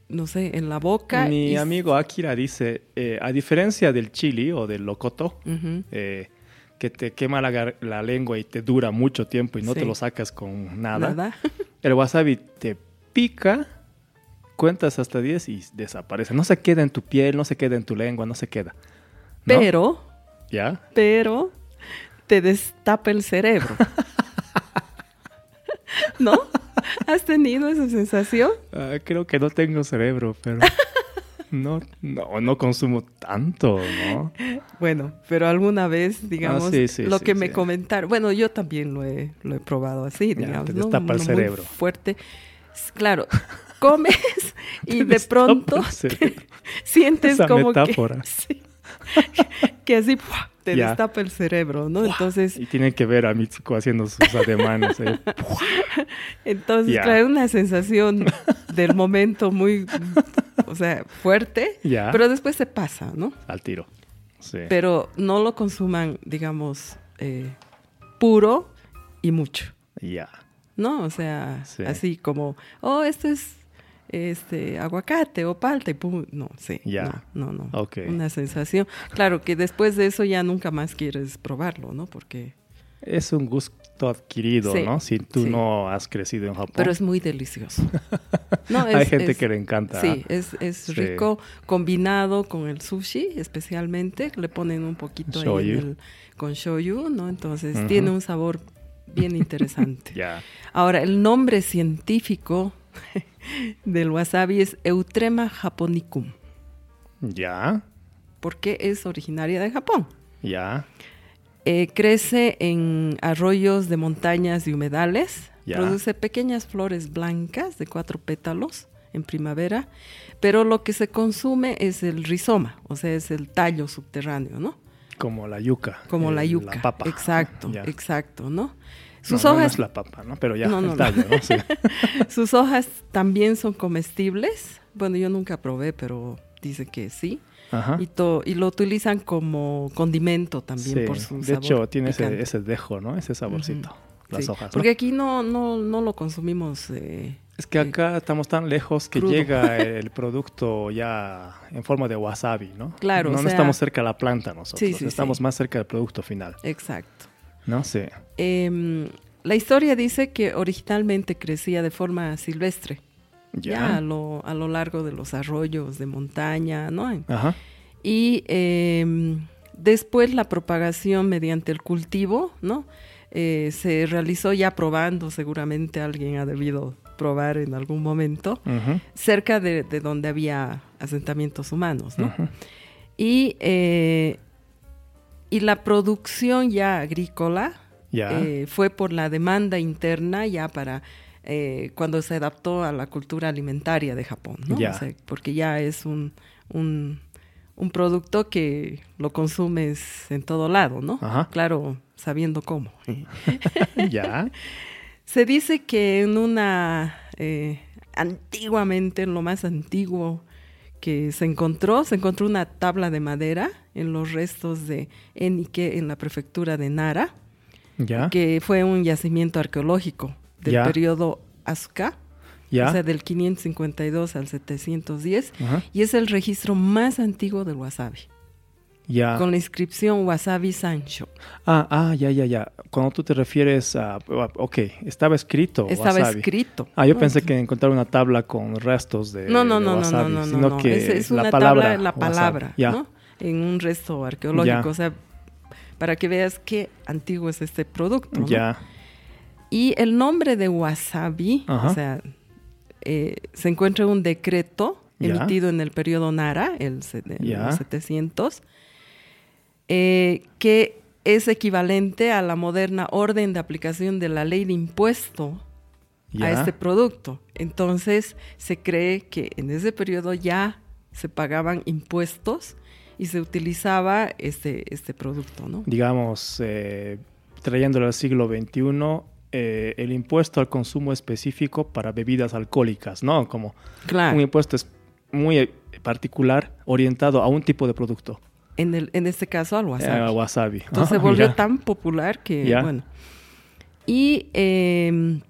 [SPEAKER 1] no sé, en la boca.
[SPEAKER 2] Mi
[SPEAKER 1] y-
[SPEAKER 2] amigo Akira dice, eh, a diferencia del chili o del locoto,
[SPEAKER 1] Ujú.
[SPEAKER 2] eh, que te quema la, gar- la lengua y te dura mucho tiempo y no
[SPEAKER 1] Sí.
[SPEAKER 2] te lo sacas con nada,
[SPEAKER 1] Nada.
[SPEAKER 2] el wasabi te pica, cuentas hasta 10 y desaparece. No se queda en tu piel, no se queda en tu lengua, no se queda. ¿no?
[SPEAKER 1] Pero,
[SPEAKER 2] ¿Ya?
[SPEAKER 1] pero te destapa el cerebro. ¿No? ¿Has tenido esa sensación?
[SPEAKER 2] Ah, creo que no tengo cerebro, pero... No, no, no consumo tanto, ¿no?
[SPEAKER 1] Bueno, pero alguna vez, digamos,
[SPEAKER 2] sí, sí,
[SPEAKER 1] lo
[SPEAKER 2] sí,
[SPEAKER 1] que me
[SPEAKER 2] sí.
[SPEAKER 1] comentaron, bueno, yo también lo he, lo he probado así,
[SPEAKER 2] Ya,
[SPEAKER 1] digamos,
[SPEAKER 2] te
[SPEAKER 1] ¿no?
[SPEAKER 2] destapa el
[SPEAKER 1] Muy
[SPEAKER 2] cerebro.
[SPEAKER 1] fuerte. S- Claro, comes y
[SPEAKER 2] Te
[SPEAKER 1] de
[SPEAKER 2] destapa
[SPEAKER 1] pronto
[SPEAKER 2] el cerebro.
[SPEAKER 1] sientes
[SPEAKER 2] Esa
[SPEAKER 1] como que
[SPEAKER 2] metáfora.
[SPEAKER 1] sí, que así ¡fua! te
[SPEAKER 2] Ya.
[SPEAKER 1] destapa el cerebro, ¿no? Entonces,
[SPEAKER 2] Y tienen que ver a Mitsuko haciendo sus ademanes. ¿eh?
[SPEAKER 1] entonces
[SPEAKER 2] Ya.
[SPEAKER 1] claro, una sensación del momento muy, o sea, fuerte,
[SPEAKER 2] Ya.
[SPEAKER 1] pero después se pasa, ¿no?
[SPEAKER 2] al tiro. Sí.
[SPEAKER 1] Pero no lo consuman, digamos, eh, puro y mucho.
[SPEAKER 2] Ya.
[SPEAKER 1] ¿no? O sea,
[SPEAKER 2] Sí.
[SPEAKER 1] así como, oh, esto es este aguacate o palta y pum, no, sí,
[SPEAKER 2] Ya.
[SPEAKER 1] no, no, no.
[SPEAKER 2] Ok.
[SPEAKER 1] Una sensación. Claro que después de eso ya nunca más quieres probarlo, ¿no? Porque
[SPEAKER 2] Es un gusto adquirido,
[SPEAKER 1] Sí,
[SPEAKER 2] ¿no? Si tú
[SPEAKER 1] sí.
[SPEAKER 2] no has crecido en Japón.
[SPEAKER 1] pero es muy delicioso. No,
[SPEAKER 2] Hay
[SPEAKER 1] es-
[SPEAKER 2] gente
[SPEAKER 1] es-
[SPEAKER 2] que le encanta.
[SPEAKER 1] Sí, es, es
[SPEAKER 2] Sí.
[SPEAKER 1] rico combinado con el sushi, especialmente le ponen un poquito ahí en
[SPEAKER 2] Shoyu.
[SPEAKER 1] el- con shoyu, ¿no? Entonces
[SPEAKER 2] Ujú.
[SPEAKER 1] tiene un sabor bien interesante.
[SPEAKER 2] Ya.
[SPEAKER 1] Ahora, el nombre científico del wasabi es Eutrema japonicum,
[SPEAKER 2] Ya.
[SPEAKER 1] porque es originaria de Japón.
[SPEAKER 2] Ya.
[SPEAKER 1] Eh, crece en arroyos de montañas y humedales.
[SPEAKER 2] Ya.
[SPEAKER 1] Produce pequeñas flores blancas de cuatro pétalos en primavera, pero lo que se consume es el rizoma, o sea, es el tallo subterráneo, ¿no?
[SPEAKER 2] Como la yuca.
[SPEAKER 1] Como
[SPEAKER 2] eh,
[SPEAKER 1] la yuca.
[SPEAKER 2] La papa.
[SPEAKER 1] Exacto,
[SPEAKER 2] Ya.
[SPEAKER 1] exacto, ¿no? Sus
[SPEAKER 2] Sus no, hojas. No,
[SPEAKER 1] hojas
[SPEAKER 2] es la papa, ¿no? Pero ya.
[SPEAKER 1] No, no, no.
[SPEAKER 2] el tallo, ¿no? Sí.
[SPEAKER 1] Sus hojas también son comestibles. Bueno, yo nunca probé, pero dice que sí.
[SPEAKER 2] Ajá.
[SPEAKER 1] Y, to- y lo utilizan como condimento también
[SPEAKER 2] Sí.
[SPEAKER 1] por su
[SPEAKER 2] de
[SPEAKER 1] sabor
[SPEAKER 2] hecho, tiene ese,
[SPEAKER 1] picante.
[SPEAKER 2] ese dejo, ¿no? Ese saborcito. Las
[SPEAKER 1] Sí,
[SPEAKER 2] hojas. ¿no?
[SPEAKER 1] Porque aquí no, no, no lo consumimos. eh,
[SPEAKER 2] Es que acá estamos tan lejos que
[SPEAKER 1] crudo.
[SPEAKER 2] llega el producto ya en forma de wasabi, ¿no?
[SPEAKER 1] Claro, o
[SPEAKER 2] No, no
[SPEAKER 1] sea-
[SPEAKER 2] estamos cerca de la planta nosotros.
[SPEAKER 1] Sí, sí,
[SPEAKER 2] estamos
[SPEAKER 1] sí.
[SPEAKER 2] más cerca del producto final.
[SPEAKER 1] exacto.
[SPEAKER 2] No sé.
[SPEAKER 1] Em, la historia dice que originalmente crecía de forma silvestre, ya a
[SPEAKER 2] Ya.
[SPEAKER 1] lo, a lo largo de los arroyos de montaña, ¿no? En-
[SPEAKER 2] Ajá.
[SPEAKER 1] Y eh, después la propagación mediante el cultivo, ¿no? Eh, se realizó ya probando, seguramente alguien ha debido probar en algún momento,
[SPEAKER 2] Ujú.
[SPEAKER 1] cerca de, de donde había asentamientos humanos, ¿no?
[SPEAKER 2] Ujú.
[SPEAKER 1] Y, eh, y la producción ya agrícola
[SPEAKER 2] Ya.
[SPEAKER 1] eh, fue por la demanda interna ya para eh, cuando se adaptó a la cultura alimentaria de Japón, ¿no?
[SPEAKER 2] Ya.
[SPEAKER 1] O sea, porque ya es un, un, un producto que lo consumes en todo lado, ¿no?
[SPEAKER 2] Ajá.
[SPEAKER 1] Claro, sabiendo cómo.
[SPEAKER 2] ya.
[SPEAKER 1] Se dice que en una, eh, antiguamente, en lo más antiguo que se encontró, se encontró una tabla de madera en los restos de Enike en la prefectura de Nara
[SPEAKER 2] Ya.
[SPEAKER 1] que fue un yacimiento arqueológico del
[SPEAKER 2] Ah. Ya.
[SPEAKER 1] periodo Asuka,
[SPEAKER 2] Ya.
[SPEAKER 1] o sea, del 552 al 710,
[SPEAKER 2] Ajá.
[SPEAKER 1] y es el registro más antiguo del wasabi.
[SPEAKER 2] Ya.
[SPEAKER 1] con la inscripción Wasabi Sancho.
[SPEAKER 2] Ah, ah, ya, ya, ya. Cuando tú te refieres a... a- Ok, estaba escrito
[SPEAKER 1] Estaba
[SPEAKER 2] wasabi.
[SPEAKER 1] escrito.
[SPEAKER 2] Ah, yo pensé que encontrar una tabla con restos de
[SPEAKER 1] No, no, no, no,
[SPEAKER 2] de
[SPEAKER 1] no,
[SPEAKER 2] wasabi,
[SPEAKER 1] no, no,
[SPEAKER 2] sino
[SPEAKER 1] no.
[SPEAKER 2] que
[SPEAKER 1] Es, es
[SPEAKER 2] la
[SPEAKER 1] una
[SPEAKER 2] palabra
[SPEAKER 1] tabla, la
[SPEAKER 2] wasabi.
[SPEAKER 1] palabra,
[SPEAKER 2] Ya.
[SPEAKER 1] ¿no? En un resto arqueológico,
[SPEAKER 2] Ya.
[SPEAKER 1] o sea, para que veas qué antiguo es este producto. ¿no?
[SPEAKER 2] Ya.
[SPEAKER 1] Y el nombre de wasabi,
[SPEAKER 2] Ajá.
[SPEAKER 1] o sea, eh, se encuentra en un decreto
[SPEAKER 2] Ya.
[SPEAKER 1] emitido en el periodo Nara, el, se- en
[SPEAKER 2] Ya.
[SPEAKER 1] los 700, eh, que es equivalente a la moderna orden de aplicación de la ley de impuesto a
[SPEAKER 2] Ya.
[SPEAKER 1] este producto. Entonces se cree que en ese periodo ya se pagaban impuestos y se utilizaba este, este producto, ¿no?
[SPEAKER 2] Digamos, eh, trayéndolo al siglo XXI, eh, el impuesto al consumo específico para bebidas alcohólicas, ¿no? Como un
[SPEAKER 1] Claro,
[SPEAKER 2] impuesto es muy eh, particular orientado a un tipo de producto.
[SPEAKER 1] en, el, en este caso al wasabi.
[SPEAKER 2] Eh, wasabi.
[SPEAKER 1] Entonces se
[SPEAKER 2] Ah,
[SPEAKER 1] volvió
[SPEAKER 2] ya.
[SPEAKER 1] tan popular que,
[SPEAKER 2] Ya.
[SPEAKER 1] bueno. Y eh,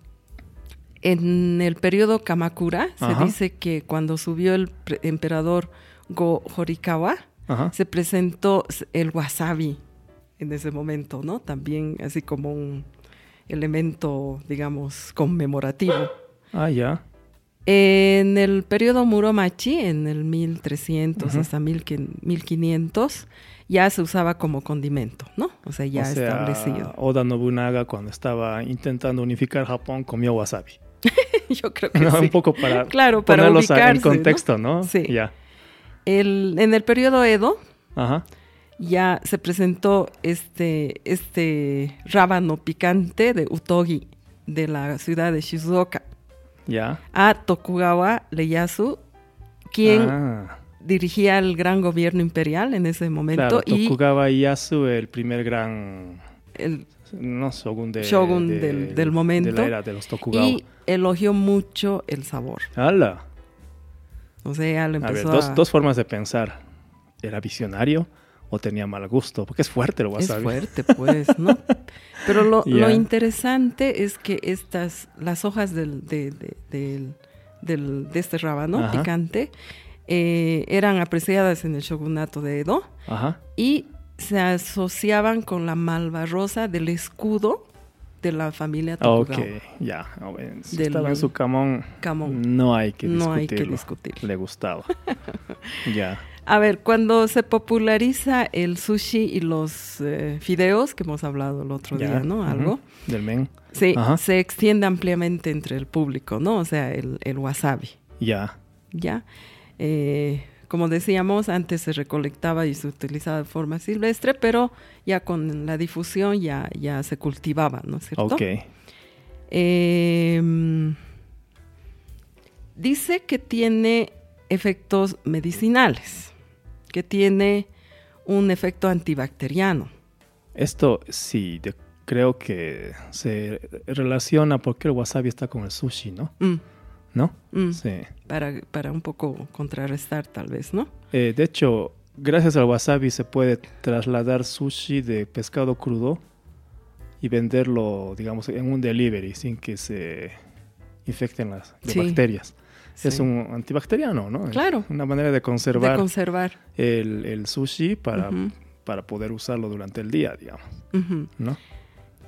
[SPEAKER 1] en el periodo Kamakura
[SPEAKER 2] Ajá.
[SPEAKER 1] se dice que cuando subió el pre- emperador Go Horikawa,
[SPEAKER 2] Ajá.
[SPEAKER 1] se presentó s- el wasabi en ese momento, ¿no? También así como un elemento, digamos, conmemorativo.
[SPEAKER 2] Ah, ya.
[SPEAKER 1] En el periodo Muromachi, en el 1300
[SPEAKER 2] Ujú.
[SPEAKER 1] hasta 1500, 1500, ya se usaba como condimento, ¿no? O sea, ya
[SPEAKER 2] O sea,
[SPEAKER 1] establecido.
[SPEAKER 2] Oda Nobunaga cuando estaba intentando unificar Japón comió wasabi.
[SPEAKER 1] Yo creo que
[SPEAKER 2] ¿no?
[SPEAKER 1] sí.
[SPEAKER 2] Un poco para
[SPEAKER 1] Claro, para
[SPEAKER 2] ponerlos a-
[SPEAKER 1] ubicarse,
[SPEAKER 2] en
[SPEAKER 1] ¿no?
[SPEAKER 2] contexto, ¿no?
[SPEAKER 1] Sí.
[SPEAKER 2] Ya.
[SPEAKER 1] El- en el periodo Edo
[SPEAKER 2] Ajá.
[SPEAKER 1] ya se presentó este, este rábano picante de Utogi, de la ciudad de Shizuoka,
[SPEAKER 2] Ya.
[SPEAKER 1] a Tokugawa Ieyasu, quien
[SPEAKER 2] Ah,
[SPEAKER 1] dirigía el gran gobierno imperial en ese momento
[SPEAKER 2] claro,
[SPEAKER 1] y
[SPEAKER 2] Tokugawa Ieyasu, el primer gran
[SPEAKER 1] el
[SPEAKER 2] no shogun, de-
[SPEAKER 1] Shogun
[SPEAKER 2] de-
[SPEAKER 1] del- del momento.
[SPEAKER 2] de la era de los Tokugawa.
[SPEAKER 1] y elogió mucho el sabor.
[SPEAKER 2] ¡Hala!
[SPEAKER 1] O sea, le
[SPEAKER 2] A ver,
[SPEAKER 1] empezó a...
[SPEAKER 2] dos, dos formas de pensar. ¿Era visionario o tenía mal gusto? Porque es fuerte el
[SPEAKER 1] es
[SPEAKER 2] wasabi.
[SPEAKER 1] fuerte, pues, ¿no? Pero lo, lo
[SPEAKER 2] Ya.
[SPEAKER 1] interesante es que estas, las hojas del, de, de- del- del- de este rábano
[SPEAKER 2] Ajá.
[SPEAKER 1] picante eh, eran apreciadas en el shogunato de Edo
[SPEAKER 2] Ajá.
[SPEAKER 1] y se asociaban con la malva rosa del escudo de la familia
[SPEAKER 2] Ah, Ok,
[SPEAKER 1] Tokugawa.
[SPEAKER 2] ya. Ah, bueno, si
[SPEAKER 1] Del-
[SPEAKER 2] estaba en su camón,
[SPEAKER 1] Camón.
[SPEAKER 2] no hay que discutirlo.
[SPEAKER 1] No hay que discutirlo.
[SPEAKER 2] Le gustaba. ya.
[SPEAKER 1] A ver, cuando se populariza el sushi y los eh, fideos, que hemos hablado el otro
[SPEAKER 2] ya.
[SPEAKER 1] día, ¿no?
[SPEAKER 2] Ujú.
[SPEAKER 1] Algo.
[SPEAKER 2] Del men.
[SPEAKER 1] Sí,
[SPEAKER 2] Ajá.
[SPEAKER 1] se extiende ampliamente entre el público, ¿no? O sea, el, el wasabi,
[SPEAKER 2] Ya.
[SPEAKER 1] ¿ya? Eh, como decíamos, antes se recolectaba y se utilizaba de forma silvestre, pero ya con la difusión ya, ya se cultivaba, ¿no es cierto?
[SPEAKER 2] Ok.
[SPEAKER 1] Em, dice que tiene efectos medicinales, que tiene un efecto antibacteriano.
[SPEAKER 2] Esto sí, de- creo que se relaciona porque el wasabi está con el sushi, ¿no?
[SPEAKER 1] Mm,
[SPEAKER 2] ¿No?
[SPEAKER 1] mm,
[SPEAKER 2] Sí.
[SPEAKER 1] para, para un poco contrarrestar, tal vez, ¿no?
[SPEAKER 2] Eh, de hecho, gracias al wasabi se puede trasladar sushi de pescado crudo y venderlo, digamos, en un delivery sin que se infecten las de
[SPEAKER 1] Sí.
[SPEAKER 2] bacterias. Es
[SPEAKER 1] Sí.
[SPEAKER 2] un antibacteriano, ¿no? Es
[SPEAKER 1] Claro.
[SPEAKER 2] Una manera de conservar
[SPEAKER 1] De conservar.
[SPEAKER 2] el, el sushi para,
[SPEAKER 1] Ujú,
[SPEAKER 2] para poder usarlo durante el día, digamos,
[SPEAKER 1] ujú.
[SPEAKER 2] ¿no?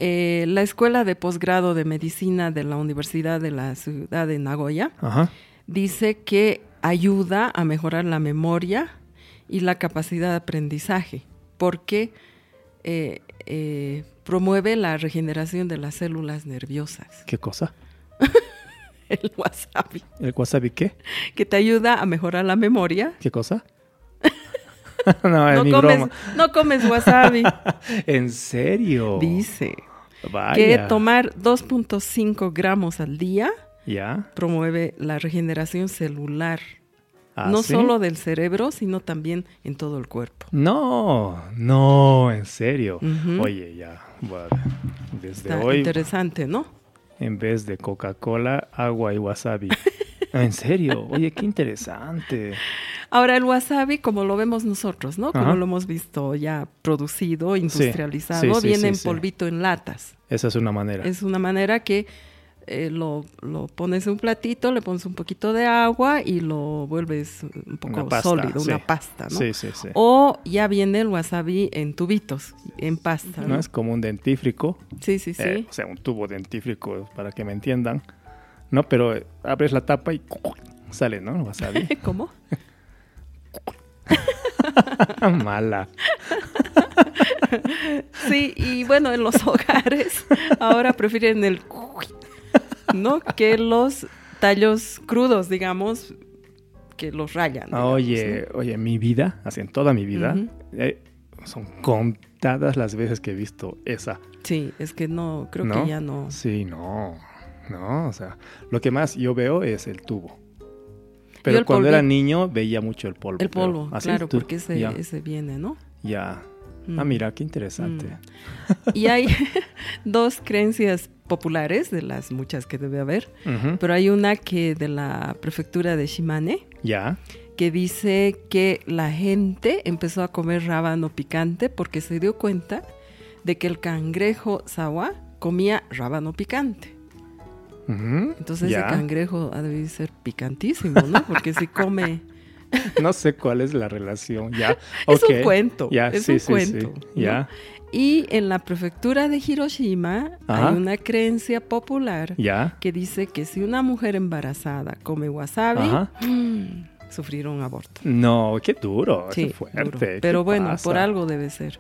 [SPEAKER 1] Eh, la Escuela de Posgrado de Medicina de la Universidad de la Ciudad de Nagoya
[SPEAKER 2] Ajá.
[SPEAKER 1] dice que ayuda a mejorar la memoria y la capacidad de aprendizaje porque eh, eh, promueve la regeneración de las células nerviosas.
[SPEAKER 2] ¿Qué cosa?
[SPEAKER 1] El wasabi,
[SPEAKER 2] ¿El wasabi qué?
[SPEAKER 1] que te ayuda a mejorar la memoria.
[SPEAKER 2] ¿Qué cosa? no, es
[SPEAKER 1] No
[SPEAKER 2] mi
[SPEAKER 1] comes,
[SPEAKER 2] broma.
[SPEAKER 1] no comes wasabi,
[SPEAKER 2] ¿En serio?
[SPEAKER 1] dice.
[SPEAKER 2] Vaya.
[SPEAKER 1] que tomar 2.5 gramos al día
[SPEAKER 2] ¿Ya?
[SPEAKER 1] promueve la regeneración celular,
[SPEAKER 2] ¿Ah,
[SPEAKER 1] no
[SPEAKER 2] sí?
[SPEAKER 1] solo del cerebro, sino también en todo el cuerpo.
[SPEAKER 2] No, no, en serio.
[SPEAKER 1] Ujú.
[SPEAKER 2] Oye, ya. bueno, desde
[SPEAKER 1] Está
[SPEAKER 2] Pues hoy,
[SPEAKER 1] interesante, ¿no?
[SPEAKER 2] en vez de Coca-Cola, agua y wasabi. en serio. Oye, qué interesante.
[SPEAKER 1] Ahora el wasabi, como lo vemos nosotros, ¿no? Como
[SPEAKER 2] Ajá.
[SPEAKER 1] lo hemos visto ya producido, industrializado,
[SPEAKER 2] sí, sí,
[SPEAKER 1] viene en
[SPEAKER 2] sí.
[SPEAKER 1] polvito en latas.
[SPEAKER 2] Esa es una manera.
[SPEAKER 1] Es una manera que eh, lo, lo pones en un platito, le pones un poquito de agua y lo vuelves un poco
[SPEAKER 2] Una pasta,
[SPEAKER 1] sólido,
[SPEAKER 2] sí.
[SPEAKER 1] una pasta, ¿no?
[SPEAKER 2] Sí, sí, sí.
[SPEAKER 1] O ya viene el wasabi en tubitos, en pasta.
[SPEAKER 2] No es como un dentífrico,
[SPEAKER 1] Sí, sí, sí.
[SPEAKER 2] eh, o sea, un tubo dentífrico, para que me entiendan, ¿no? Pero eh, abres la tapa y sale, ¿no? El Wasabi.
[SPEAKER 1] ¿Cómo?
[SPEAKER 2] Mala.
[SPEAKER 1] Sí, y bueno, en los hogares ahora prefieren el ¿no? Que los tallos crudos, digamos, que los rayan. digamos,
[SPEAKER 2] Ah, Oye, oye, mi vida, así en toda mi vida,
[SPEAKER 1] Ujú.
[SPEAKER 2] eh, son contadas las veces que he visto esa.
[SPEAKER 1] ¿no? Sí, es que no, creo
[SPEAKER 2] ¿No?
[SPEAKER 1] que ya no.
[SPEAKER 2] Sí, no, no, o sea, lo que más yo veo es el tubo.
[SPEAKER 1] Yo
[SPEAKER 2] Pero
[SPEAKER 1] el
[SPEAKER 2] cuando era
[SPEAKER 1] polvi-
[SPEAKER 2] niño veía mucho el polvo.
[SPEAKER 1] El
[SPEAKER 2] pero
[SPEAKER 1] polvo,
[SPEAKER 2] así,
[SPEAKER 1] claro,
[SPEAKER 2] ¿Ah, tú,
[SPEAKER 1] porque ese,
[SPEAKER 2] Ya,
[SPEAKER 1] ese viene, ¿no?
[SPEAKER 2] ya.
[SPEAKER 1] Mm.
[SPEAKER 2] Ah, mira, qué interesante.
[SPEAKER 1] Mm. Y hay dos creencias populares, de las muchas que debe haber,
[SPEAKER 2] Ujú,
[SPEAKER 1] Mm. pero hay una que de la prefectura de Shimane,
[SPEAKER 2] Ya,
[SPEAKER 1] que dice que la gente empezó a comer rábano picante porque se dio cuenta de que el cangrejo sawa comía rábano picante.
[SPEAKER 2] ujú,
[SPEAKER 1] Entonces
[SPEAKER 2] ya.
[SPEAKER 1] ese cangrejo ha de ser picantísimo, ¿no? Porque si come...
[SPEAKER 2] No sé cuál es la relación, ya.
[SPEAKER 1] Es un
[SPEAKER 2] ok,
[SPEAKER 1] cuento,
[SPEAKER 2] Ya,
[SPEAKER 1] es
[SPEAKER 2] sí,
[SPEAKER 1] un
[SPEAKER 2] sí,
[SPEAKER 1] cuento.
[SPEAKER 2] sí,
[SPEAKER 1] ¿no?
[SPEAKER 2] Ya,
[SPEAKER 1] Y en la prefectura de Hiroshima
[SPEAKER 2] Ajá.
[SPEAKER 1] hay una creencia popular
[SPEAKER 2] ya.
[SPEAKER 1] que dice que si una mujer embarazada come wasabi,
[SPEAKER 2] Ajá.
[SPEAKER 1] mm, sufrirá un aborto.
[SPEAKER 2] No, qué duro, qué
[SPEAKER 1] Sí,
[SPEAKER 2] Oh, fuerte.
[SPEAKER 1] duro.
[SPEAKER 2] ¿qué
[SPEAKER 1] pero bueno,
[SPEAKER 2] pasa?
[SPEAKER 1] por algo debe ser.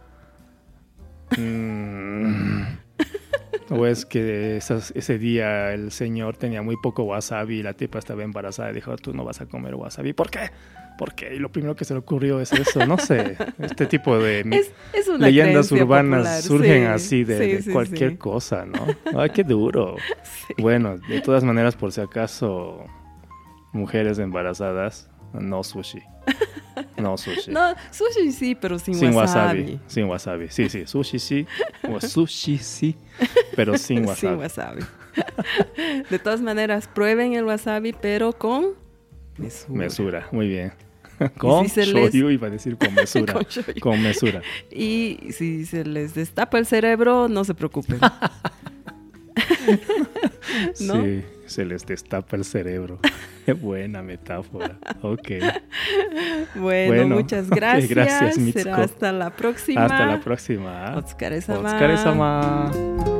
[SPEAKER 2] Mm. o es que esas- ese día el señor tenía muy poco wasabi y la tipa estaba embarazada y dijo, tú no vas a comer wasabi. ¿Por qué? Porque lo primero que se le ocurrió es eso, no sé. Este tipo de mi-
[SPEAKER 1] Es, es una
[SPEAKER 2] leyendas
[SPEAKER 1] creencia
[SPEAKER 2] urbanas
[SPEAKER 1] popular,
[SPEAKER 2] surgen
[SPEAKER 1] sí,
[SPEAKER 2] así de,
[SPEAKER 1] sí,
[SPEAKER 2] de
[SPEAKER 1] sí, sí.
[SPEAKER 2] cualquier cosa, ¿no? Ay, qué duro.
[SPEAKER 1] Sí.
[SPEAKER 2] Bueno, de todas maneras, por si acaso, mujeres embarazadas, no sushi. No sushi.
[SPEAKER 1] No, sushi sí, pero sin,
[SPEAKER 2] Sin wasabi.
[SPEAKER 1] wasabi.
[SPEAKER 2] Sin wasabi. Sí, sí. Sushi sí. O sushi sí. Pero sin wasabi.
[SPEAKER 1] Sin wasabi. De todas maneras, prueben el wasabi, pero con mesura.
[SPEAKER 2] mesura. Muy bien. Con
[SPEAKER 1] se les-
[SPEAKER 2] shoyu iba a decir con mesura.
[SPEAKER 1] Con shoyu.
[SPEAKER 2] Con mesura.
[SPEAKER 1] Y si se les destapa el cerebro, no se preocupen. ¿No?
[SPEAKER 2] Sí. Se les destapa el cerebro. Qué buena metáfora. Ok.
[SPEAKER 1] Bueno,
[SPEAKER 2] Bueno,
[SPEAKER 1] muchas
[SPEAKER 2] ok,
[SPEAKER 1] gracias.
[SPEAKER 2] gracias, Mitsuko.
[SPEAKER 1] Será hasta la próxima.
[SPEAKER 2] Hasta la próxima.
[SPEAKER 1] Otsukare-sama.
[SPEAKER 2] Otsukare-sama.